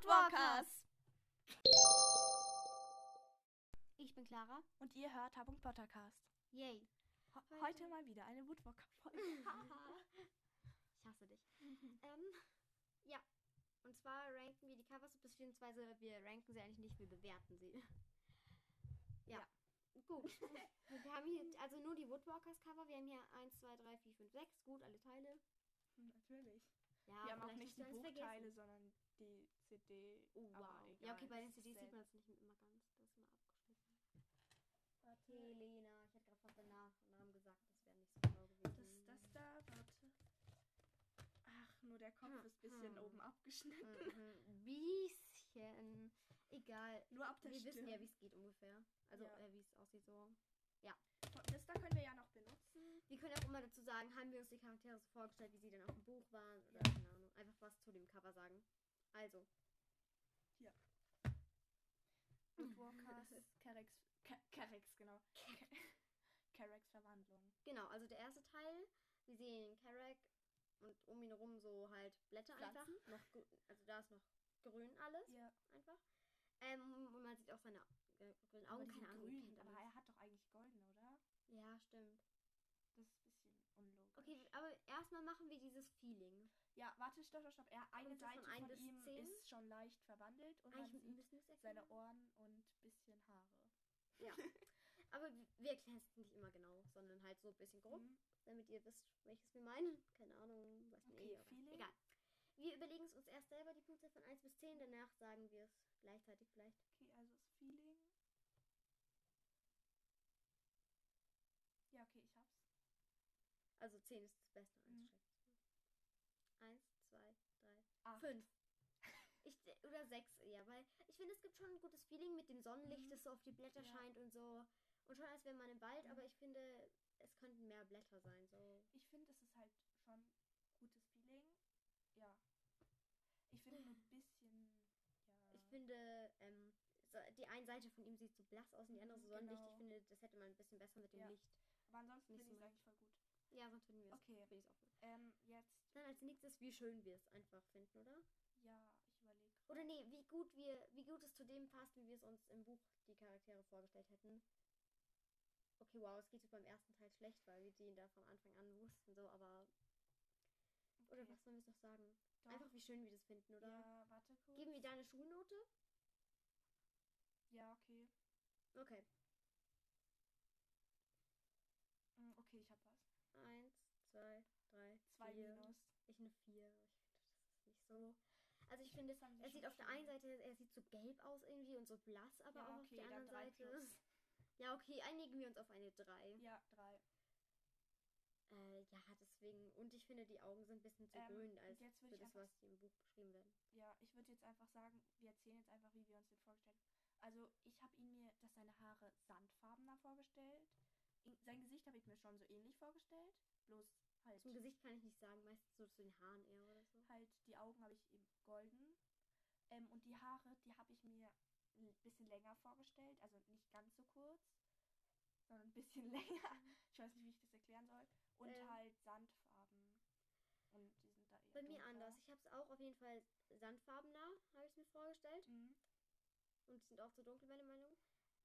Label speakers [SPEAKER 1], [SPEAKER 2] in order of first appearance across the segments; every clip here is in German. [SPEAKER 1] Podcast.
[SPEAKER 2] Ich bin Clara.
[SPEAKER 1] Und ihr hört Habung Podcast.
[SPEAKER 2] Yay.
[SPEAKER 1] Ho heute mal wieder eine Woodwalker-Folge.
[SPEAKER 2] Haha. ich hasse dich. ähm, ja. Und zwar ranken wir die Covers, beziehungsweise wir ranken sie eigentlich nicht, wir bewerten sie. Ja. Gut. wir haben hier also nur die Woodwalkers Cover. Wir haben hier 1, 2, 3, 4, 5, 6. Gut, alle Teile.
[SPEAKER 1] Natürlich.
[SPEAKER 2] Ja,
[SPEAKER 1] Wir haben auch
[SPEAKER 2] vielleicht
[SPEAKER 1] nicht die
[SPEAKER 2] hast du eins
[SPEAKER 1] Buchteile,
[SPEAKER 2] vergessen.
[SPEAKER 1] sondern die CD.
[SPEAKER 2] Oh, wow.
[SPEAKER 1] aber egal,
[SPEAKER 2] ja, okay, bei den
[SPEAKER 1] das ist
[SPEAKER 2] CDs sieht man
[SPEAKER 1] selten.
[SPEAKER 2] das nicht immer ganz. Das ist immer abgeschnitten. Helena, ich hätte gerade fast den Na- Namen gesagt, das wäre nicht so genau gewesen.
[SPEAKER 1] Das ist das da, warte. Ach, nur der Kopf
[SPEAKER 2] Hm,
[SPEAKER 1] ist ein bisschen
[SPEAKER 2] hm.
[SPEAKER 1] oben abgeschnitten.
[SPEAKER 2] Mhm, bisschen. Egal.
[SPEAKER 1] Nur ab der
[SPEAKER 2] wir
[SPEAKER 1] Stirn.
[SPEAKER 2] wissen ja, wie es geht ungefähr. Also,
[SPEAKER 1] Ja.
[SPEAKER 2] äh, wie es aussieht so.
[SPEAKER 1] das da können wir ja noch benutzen.
[SPEAKER 2] Wir können auch immer dazu sagen, haben wir uns die Charaktere so vorgestellt, wie sie dann auf dem Buch waren oder
[SPEAKER 1] Ja.
[SPEAKER 2] keine Ahnung. Einfach was zu dem Cover sagen. Also,
[SPEAKER 1] Woodwalkers, Carex, Ca- Carex, genau. Carex Verwandlung.
[SPEAKER 2] genau, also der erste Teil, wir sehen Carrack und um ihn herum so halt Blätter
[SPEAKER 1] Pflanzen?
[SPEAKER 2] einfach. Noch, grü- also da ist noch grün alles
[SPEAKER 1] Ja,
[SPEAKER 2] einfach. Ähm, und man sieht auch seine äh, grünen
[SPEAKER 1] aber
[SPEAKER 2] Augen,
[SPEAKER 1] die
[SPEAKER 2] keine
[SPEAKER 1] sind
[SPEAKER 2] Ahnung. wie
[SPEAKER 1] grün,
[SPEAKER 2] kennt man das?
[SPEAKER 1] aber halt er hat doch eigentlich golden, oder?
[SPEAKER 2] Ja, stimmt.
[SPEAKER 1] Das ist ein bisschen unlogisch.
[SPEAKER 2] Okay, aber erstmal machen wir dieses Feeling.
[SPEAKER 1] Ja, warte, stopp, stopp, stopp. Er, eine
[SPEAKER 2] Und so von
[SPEAKER 1] Seite
[SPEAKER 2] ein
[SPEAKER 1] von
[SPEAKER 2] bis
[SPEAKER 1] ihm
[SPEAKER 2] zehn?
[SPEAKER 1] ist schon leicht verwandelt und man
[SPEAKER 2] Eigentlich
[SPEAKER 1] sieht
[SPEAKER 2] müssen wir es erklären.
[SPEAKER 1] seine Ohren und bisschen Haare.
[SPEAKER 2] Ja. Aber w- wir erklären es nicht immer genau, sondern halt so ein bisschen grob,
[SPEAKER 1] Mhm.
[SPEAKER 2] damit ihr wisst, welches wir meinen. Keine Ahnung, weiß nicht.
[SPEAKER 1] Hm? Okay,
[SPEAKER 2] aber
[SPEAKER 1] Feeling.
[SPEAKER 2] Egal. Wir überlegen es uns erst selber die Punktzahl von 1 bis 10, danach sagen wir es gleichzeitig vielleicht.
[SPEAKER 1] Okay, also das Feeling. Ja, okay, ich hab's.
[SPEAKER 2] Also 10 ist das Beste.
[SPEAKER 1] Mhm.
[SPEAKER 2] 1, 2, 3,
[SPEAKER 1] Acht.
[SPEAKER 2] 5. Ich, oder 6 eher, weil ich finde, es gibt schon ein gutes Feeling mit dem Sonnenlicht,
[SPEAKER 1] Mhm.
[SPEAKER 2] das so auf die Blätter
[SPEAKER 1] Ja.
[SPEAKER 2] scheint und so. Und schon als wäre man im Wald,
[SPEAKER 1] Mhm.
[SPEAKER 2] aber ich finde, es könnten mehr Blätter sein. So.
[SPEAKER 1] Ich finde, es ist halt schon gutes Feeling. Ja. Ich finde nur ein bisschen. Ja.
[SPEAKER 2] Ich finde, ähm, so, die eine Seite von ihm sieht so blass aus und die andere so sonnenlicht.
[SPEAKER 1] Genau.
[SPEAKER 2] Ich finde, das hätte man ein bisschen besser mit dem
[SPEAKER 1] Ja.
[SPEAKER 2] Licht.
[SPEAKER 1] aber ansonsten
[SPEAKER 2] nicht
[SPEAKER 1] finde ich
[SPEAKER 2] so mein-
[SPEAKER 1] es eigentlich voll gut.
[SPEAKER 2] Ja, sonst finden wir es.
[SPEAKER 1] Okay.
[SPEAKER 2] Finde ich auch gut.
[SPEAKER 1] Ähm, jetzt.
[SPEAKER 2] Dann als nächstes, wie schön wir es einfach finden, oder?
[SPEAKER 1] Ja, ich überlege.
[SPEAKER 2] Oder nee, wie gut wir, wie gut es zu dem passt, wie wir es uns im Buch die Charaktere vorgestellt hätten. Okay, wow, es geht uns beim ersten Teil schlecht, weil wir den da von Anfang an wussten, so, aber. Oder was sollen wir es noch sagen?
[SPEAKER 1] Doch.
[SPEAKER 2] Einfach wie schön wir das finden, oder?
[SPEAKER 1] Ja, warte kurz.
[SPEAKER 2] Geben wir da eine Schulnote?
[SPEAKER 1] ja, okay.
[SPEAKER 2] Okay.
[SPEAKER 1] Mm, Okay, ich hab was.
[SPEAKER 2] Eins, zwei, drei,
[SPEAKER 1] Zwei
[SPEAKER 2] vier.
[SPEAKER 1] Minus.
[SPEAKER 2] Ich eine 4. Ich finde, das ist nicht so. Also ich finde,
[SPEAKER 1] Das haben sie
[SPEAKER 2] er
[SPEAKER 1] schon
[SPEAKER 2] sieht auf der einen
[SPEAKER 1] schön.
[SPEAKER 2] Seite, er sieht so gelb aus irgendwie und so blass, aber
[SPEAKER 1] Ja,
[SPEAKER 2] auch
[SPEAKER 1] okay,
[SPEAKER 2] auf der
[SPEAKER 1] dann
[SPEAKER 2] anderen
[SPEAKER 1] drei
[SPEAKER 2] Seite.
[SPEAKER 1] plus.
[SPEAKER 2] Ja, okay, einigen wir uns auf eine 3. Ja.
[SPEAKER 1] Ja, drei.
[SPEAKER 2] Äh, ja, deswegen. Und ich finde, die Augen sind ein bisschen zu
[SPEAKER 1] Ähm,
[SPEAKER 2] grün als
[SPEAKER 1] jetzt
[SPEAKER 2] für
[SPEAKER 1] würde ich
[SPEAKER 2] das,
[SPEAKER 1] einfach-
[SPEAKER 2] was die im Buch beschrieben werden.
[SPEAKER 1] Ja, ich würde jetzt einfach sagen, wir erzählen jetzt einfach, wie wir uns den vorgestellt haben. Also, ich habe ihn mir, dass seine Haare sandfarbener vorgestellt. In, sein Gesicht habe ich mir schon so ähnlich vorgestellt. Bloß halt,
[SPEAKER 2] Zum Gesicht kann ich nicht sagen, meistens so zu den Haaren eher oder so.
[SPEAKER 1] halt die Augen habe ich eben golden. Ähm, und die Haare, die habe ich mir ein bisschen länger vorgestellt. Also nicht ganz so kurz, sondern ein bisschen länger. Ich weiß nicht, wie ich das erklären soll. Und
[SPEAKER 2] Ähm.
[SPEAKER 1] halt Sandfarben. Und die sind da eher
[SPEAKER 2] Bei mir
[SPEAKER 1] dunkler.
[SPEAKER 2] anders. Ich habe es auch auf jeden Fall sandfarbener, habe ich es mir vorgestellt.
[SPEAKER 1] Mhm.
[SPEAKER 2] Und die sind auch so dunkel, meiner Meinung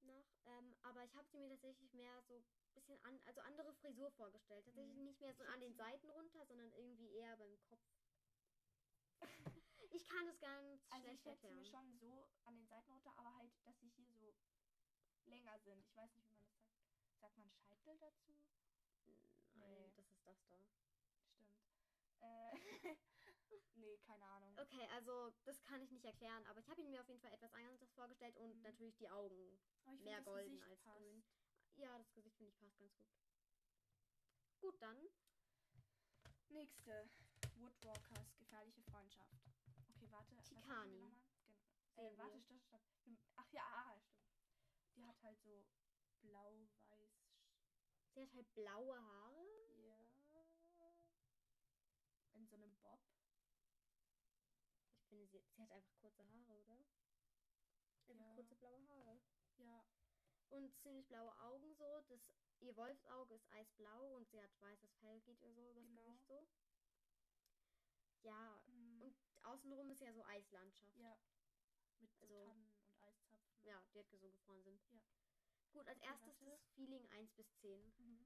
[SPEAKER 2] nach. Ähm, aber ich habe sie mir tatsächlich mehr so ein bisschen an, also andere Frisur vorgestellt. Tatsächlich
[SPEAKER 1] Mhm.
[SPEAKER 2] nicht mehr so
[SPEAKER 1] Ich
[SPEAKER 2] an
[SPEAKER 1] hab
[SPEAKER 2] den
[SPEAKER 1] sie-
[SPEAKER 2] Seiten runter, sondern irgendwie eher beim Kopf. ich kann das ganz
[SPEAKER 1] Also ich
[SPEAKER 2] schlecht
[SPEAKER 1] schätze
[SPEAKER 2] erklären.
[SPEAKER 1] mir schon so an den Seiten runter, aber halt, dass sie hier so länger sind. Ich weiß nicht, wie man das sagt. Sagt man Scheitel dazu?
[SPEAKER 2] Nein,
[SPEAKER 1] Nee.
[SPEAKER 2] das ist das da.
[SPEAKER 1] Stimmt. Äh, nee, keine Ahnung.
[SPEAKER 2] Okay, also das kann ich nicht erklären, aber ich habe ihn mir auf jeden Fall etwas anderes vorgestellt und
[SPEAKER 1] Mhm.
[SPEAKER 2] natürlich die Augen.
[SPEAKER 1] Aber ich
[SPEAKER 2] mehr
[SPEAKER 1] finde, das
[SPEAKER 2] golden
[SPEAKER 1] Gesicht
[SPEAKER 2] als
[SPEAKER 1] passt.
[SPEAKER 2] grün. Ja, das Gesicht finde ich passt ganz gut. Gut, dann.
[SPEAKER 1] Nächste. Woodwalkers gefährliche Freundschaft. Okay, warte. was hatten wir
[SPEAKER 2] Chicani.
[SPEAKER 1] nochmal? Genau.
[SPEAKER 2] Sehen
[SPEAKER 1] Äh,
[SPEAKER 2] wir.
[SPEAKER 1] warte, stopp, stopp. stopp. Ach ja, Ara, stimmt. Die hat halt so blau-weiß
[SPEAKER 2] Sie hat halt blaue Haare.
[SPEAKER 1] Ja. In so einem Bob.
[SPEAKER 2] Ich finde, sie, sie hat einfach kurze Haare, oder? Einfach
[SPEAKER 1] Ja.
[SPEAKER 2] kurze blaue Haare.
[SPEAKER 1] Ja.
[SPEAKER 2] Und ziemlich blaue Augen so. Das, ihr Wolfsauge ist eisblau und sie hat weißes Fell, geht ihr so übers
[SPEAKER 1] Genau.
[SPEAKER 2] Gesicht so. Ja,
[SPEAKER 1] Mhm.
[SPEAKER 2] und außenrum ist ja so Eislandschaft.
[SPEAKER 1] mm, Ja. Mit so
[SPEAKER 2] Also-
[SPEAKER 1] Tannen und Eiszapfen.
[SPEAKER 2] Ja, die halt so gefroren sind.
[SPEAKER 1] Ja.
[SPEAKER 2] Gut, als
[SPEAKER 1] Okay,
[SPEAKER 2] erstes
[SPEAKER 1] warte.
[SPEAKER 2] das Feeling 1 bis 10.
[SPEAKER 1] Mhm.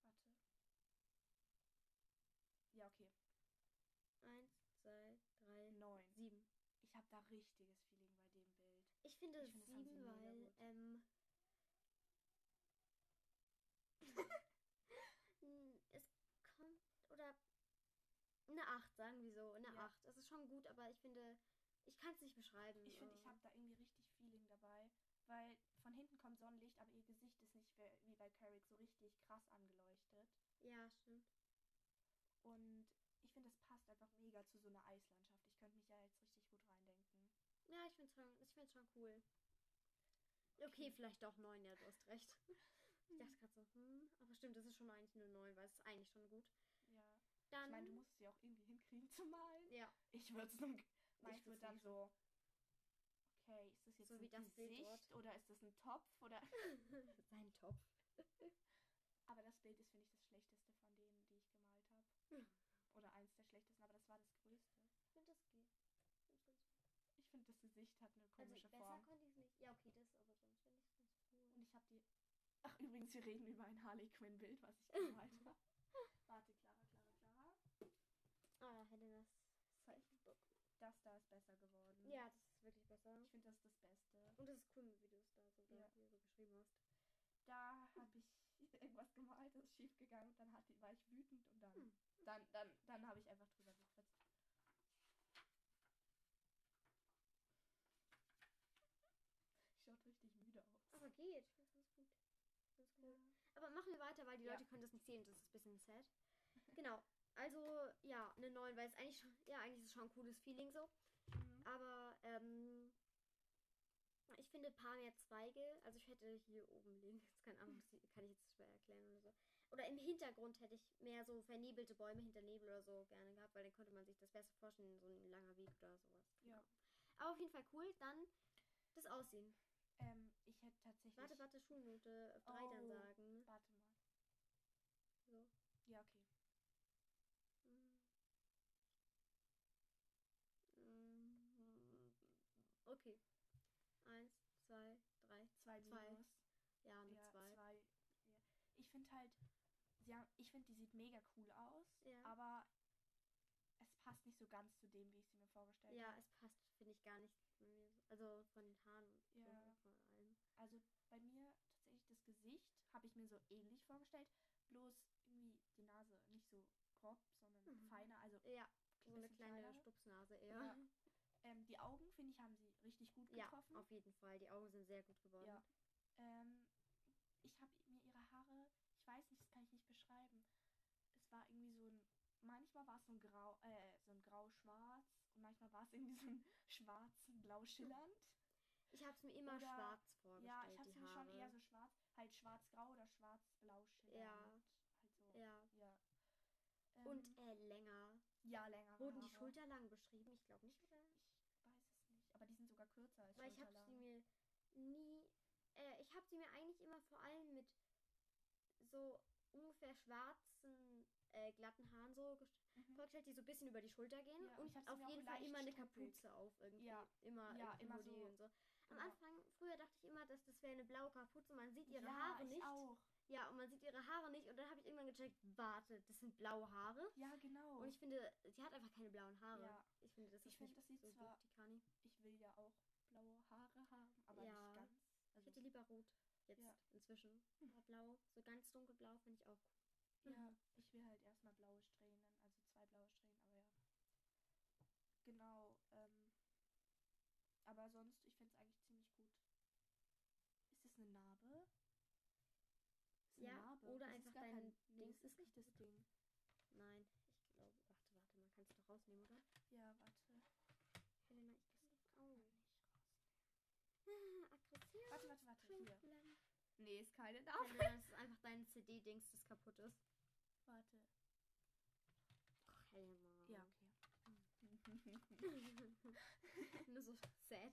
[SPEAKER 1] Warte. Ja, okay.
[SPEAKER 2] 1, 2, 3,
[SPEAKER 1] Neun.
[SPEAKER 2] 7.
[SPEAKER 1] Ich habe da richtiges Feeling bei dem Bild.
[SPEAKER 2] Ich finde
[SPEAKER 1] Ich finde, das haben sie
[SPEAKER 2] 7,
[SPEAKER 1] mega
[SPEAKER 2] weil,
[SPEAKER 1] gut.
[SPEAKER 2] ähm. n- es kommt. Oder. Eine 8, sagen wir so. Eine
[SPEAKER 1] Ja.
[SPEAKER 2] 8. Es ist schon gut, aber ich finde. Ich kann es nicht beschreiben.
[SPEAKER 1] Ich finde, ich
[SPEAKER 2] aber-
[SPEAKER 1] habe da irgendwie richtig Feeling dabei, weil von hinten kommt Sonnenlicht, aber ihr Gesicht ist nicht be- wie bei Carrick so richtig krass angeleuchtet.
[SPEAKER 2] Ja, stimmt.
[SPEAKER 1] Und ich finde, das passt einfach mega zu so einer Eislandschaft. Ich könnte mich ja jetzt richtig gut reindenken.
[SPEAKER 2] Ja, ich finde es schon, ich find's schon cool. Okay,
[SPEAKER 1] Okay.
[SPEAKER 2] vielleicht doch 9, ja, du hast recht. Ich dachte gerade so, hm, aber stimmt, das ist schon eigentlich nur 9, weil es ist eigentlich schon gut.
[SPEAKER 1] Ja.
[SPEAKER 2] Dann.
[SPEAKER 1] Ich meine, du musst es ja auch irgendwie hinkriegen zu malen.
[SPEAKER 2] ja,
[SPEAKER 1] Ich würde es nun.
[SPEAKER 2] würd's
[SPEAKER 1] Meins wird dann
[SPEAKER 2] nicht.
[SPEAKER 1] so. Okay, ist das jetzt
[SPEAKER 2] So
[SPEAKER 1] ein
[SPEAKER 2] wie das Bild
[SPEAKER 1] Gesicht
[SPEAKER 2] dort.
[SPEAKER 1] oder ist das ein Topf oder.
[SPEAKER 2] sein Topf.
[SPEAKER 1] Aber das Bild ist, finde ich, das schlechteste von denen,
[SPEAKER 2] Hm.
[SPEAKER 1] die ich gemalt habe. Oder eins der schlechtesten, aber das war das größte.
[SPEAKER 2] Ich finde das geht.
[SPEAKER 1] Ich finde, das Gesicht hat eine
[SPEAKER 2] Also
[SPEAKER 1] komische
[SPEAKER 2] besser
[SPEAKER 1] Form.
[SPEAKER 2] konnte ich es nicht. Ja, okay, das aber sonst finde ich es ganz
[SPEAKER 1] Und
[SPEAKER 2] cool.
[SPEAKER 1] ich habe die. Ach, übrigens, wir reden über ein Harley Quinn-Bild, was ich gemalt habe. Warte, Clara, Clara, Clara.
[SPEAKER 2] Ah, Helenas.
[SPEAKER 1] Das, das da ist besser geworden.
[SPEAKER 2] Ja, das ist wirklich besser.
[SPEAKER 1] Ich finde, das ist das Beste.
[SPEAKER 2] Und das ist cool, wie du es da so,
[SPEAKER 1] Ja.
[SPEAKER 2] hier so geschrieben hast.
[SPEAKER 1] Da habe ich irgendwas gemalt, das ist schief gegangen. Dann hat die, war ich wütend und dann.
[SPEAKER 2] Hm.
[SPEAKER 1] Dann, dann, dann habe ich einfach drüber gekritzt. Schaut richtig müde aus.
[SPEAKER 2] Aber geht. Ich finde es gut. Ganz cool.
[SPEAKER 1] Ja.
[SPEAKER 2] Aber machen wir weiter, weil die
[SPEAKER 1] Ja.
[SPEAKER 2] Leute können das nicht sehen. Das ist ein bisschen sad. Genau. Also, ja, eine 9, weil es eigentlich schon, ja, eigentlich ist es schon ein cooles Feeling so.
[SPEAKER 1] Mhm.
[SPEAKER 2] Aber, ähm, ich finde paar mehr Zweige, also ich hätte hier oben links, keine Ahnung, das kann ich jetzt schwer erklären oder so. Oder im Hintergrund hätte ich mehr so vernebelte Bäume hinter Nebel oder so gerne gehabt, weil dann könnte man sich das besser vorstellen, so ein langer Weg oder sowas. keine
[SPEAKER 1] Ja.
[SPEAKER 2] Ahnung. Aber auf jeden Fall cool, dann das Aussehen.
[SPEAKER 1] Ähm, ich hätte tatsächlich.
[SPEAKER 2] Warte, warte, Schulnote auf 3 dann
[SPEAKER 1] Oh.
[SPEAKER 2] sagen. ne?
[SPEAKER 1] Warte mal.
[SPEAKER 2] So.
[SPEAKER 1] Ja, okay. Ähm.
[SPEAKER 2] Mm. Okay. Eins, zwei, drei.
[SPEAKER 1] Zwei
[SPEAKER 2] Zwei.
[SPEAKER 1] Minus.
[SPEAKER 2] Ja, eine
[SPEAKER 1] Ja,
[SPEAKER 2] zwei.
[SPEAKER 1] zwei. Ja. Ich finde halt, sie haben, ich finde, die sieht mega cool aus,
[SPEAKER 2] Ja.
[SPEAKER 1] aber es passt nicht so ganz zu dem, wie ich sie mir vorgestellt
[SPEAKER 2] Ja,
[SPEAKER 1] habe.
[SPEAKER 2] es passt, finde ich, gar nicht. bei mir so. Also von den Haaren und so,
[SPEAKER 1] Ja.
[SPEAKER 2] von allem.
[SPEAKER 1] Also bei mir tatsächlich das Gesicht habe ich mir so ähnlich vorgestellt, bloß irgendwie die Nase nicht so grob, sondern
[SPEAKER 2] Mhm.
[SPEAKER 1] feiner, also
[SPEAKER 2] Ja,
[SPEAKER 1] ein
[SPEAKER 2] so eine
[SPEAKER 1] bisschen
[SPEAKER 2] kleine
[SPEAKER 1] kleiner.
[SPEAKER 2] Stupsnase eher.
[SPEAKER 1] Ja. Ähm, die Augen, finde ich, haben sie richtig gut
[SPEAKER 2] Ja,
[SPEAKER 1] getroffen.
[SPEAKER 2] auf jeden Fall. Die Augen sind sehr gut geworden.
[SPEAKER 1] Ja. Ähm, ich habe mir ihre Haare, ich weiß nicht, das kann ich nicht beschreiben. Es war irgendwie so ein, manchmal war es so ein grau, äh, so ein grau-schwarz und manchmal war es irgendwie so ein schwarz-blau schillernd.
[SPEAKER 2] Ich habe es mir immer
[SPEAKER 1] Oder-
[SPEAKER 2] schwarz vorgestellt,
[SPEAKER 1] Ja, ich habe
[SPEAKER 2] Oh, die
[SPEAKER 1] mir
[SPEAKER 2] Haare.
[SPEAKER 1] schon eher so schwarz, halt schwarz-grau oder schwarz-blau schillernd.
[SPEAKER 2] Ja.
[SPEAKER 1] Halt so, ja.
[SPEAKER 2] ja.
[SPEAKER 1] Ähm,
[SPEAKER 2] Und äh, länger.
[SPEAKER 1] ja, längere
[SPEAKER 2] Wurden die
[SPEAKER 1] Haare.
[SPEAKER 2] Schulter lang beschrieben? Ich glaube nicht, oder?
[SPEAKER 1] Ich weiß es nicht, aber die sind sogar kürzer als
[SPEAKER 2] Weil ich habe sie
[SPEAKER 1] Schulterlange.
[SPEAKER 2] mir nie. Äh, ich habe sie mir eigentlich immer vor allem mit so ungefähr schwarzen, äh, glatten Haaren so gest-
[SPEAKER 1] Mhm.
[SPEAKER 2] vorgestellt, halt die so ein bisschen über die Schulter gehen.
[SPEAKER 1] Ja, und
[SPEAKER 2] und
[SPEAKER 1] ich hab sie
[SPEAKER 2] auf
[SPEAKER 1] mir auch
[SPEAKER 2] jeden Fall
[SPEAKER 1] leicht
[SPEAKER 2] immer eine
[SPEAKER 1] struppig.
[SPEAKER 2] Kapuze auf irgendwie.
[SPEAKER 1] Ja.
[SPEAKER 2] Immer,
[SPEAKER 1] Ja,
[SPEAKER 2] irgendwie
[SPEAKER 1] immer
[SPEAKER 2] Hoodie
[SPEAKER 1] so.
[SPEAKER 2] und so. Am
[SPEAKER 1] Genau.
[SPEAKER 2] Anfang, früher dachte ich immer, dass das wäre eine blaue Kapuze. Man sieht ihre
[SPEAKER 1] ja,
[SPEAKER 2] Haare
[SPEAKER 1] ich
[SPEAKER 2] nicht.
[SPEAKER 1] auch.
[SPEAKER 2] Ja, und man sieht ihre Haare nicht. Und dann habe ich irgendwann gecheckt, warte, das sind blaue Haare.
[SPEAKER 1] Ja, genau.
[SPEAKER 2] Und ich finde, sie hat einfach keine blauen Haare.
[SPEAKER 1] Ja.
[SPEAKER 2] Ich finde, das
[SPEAKER 1] Ich
[SPEAKER 2] ist
[SPEAKER 1] find,
[SPEAKER 2] nicht
[SPEAKER 1] das sieht
[SPEAKER 2] so
[SPEAKER 1] zwar-
[SPEAKER 2] gut, die Kani.
[SPEAKER 1] ich will ja auch blaue Haare haben, aber
[SPEAKER 2] Ja.
[SPEAKER 1] nicht ganz.
[SPEAKER 2] Ich
[SPEAKER 1] Also,
[SPEAKER 2] hätte lieber rot jetzt
[SPEAKER 1] Ja. Hm.
[SPEAKER 2] inzwischen. Oder blau. So ganz dunkelblau finde ich auch cool.
[SPEAKER 1] ja, ich will halt erstmal blaue Strähnen, also zwei blaue Strähnen, aber ja. Genau, ähm, aber sonst, ich finde es eigentlich ziemlich gut. Ist das eine Narbe? Ist eine
[SPEAKER 2] Ja,
[SPEAKER 1] Narbe?
[SPEAKER 2] oder
[SPEAKER 1] das
[SPEAKER 2] einfach
[SPEAKER 1] ist gar
[SPEAKER 2] dein
[SPEAKER 1] kein,
[SPEAKER 2] Ding.
[SPEAKER 1] Nee, das ist nicht das Ding.
[SPEAKER 2] Nein, ich glaube. Warte, warte, man kann es doch rausnehmen, oder?
[SPEAKER 1] Ja,
[SPEAKER 2] Helena,
[SPEAKER 1] warte.
[SPEAKER 2] ich kann das auch nicht rausnehmen. Aggressiv.
[SPEAKER 1] Warte, warte, warte, hier.
[SPEAKER 2] Helena,
[SPEAKER 1] Nee, ist keine Narbe.
[SPEAKER 2] das ist einfach dein CD-Dings, das kaputt ist.
[SPEAKER 1] Warte.
[SPEAKER 2] Ach, Helena.
[SPEAKER 1] Ja, okay. Hm.
[SPEAKER 2] Nur so sad.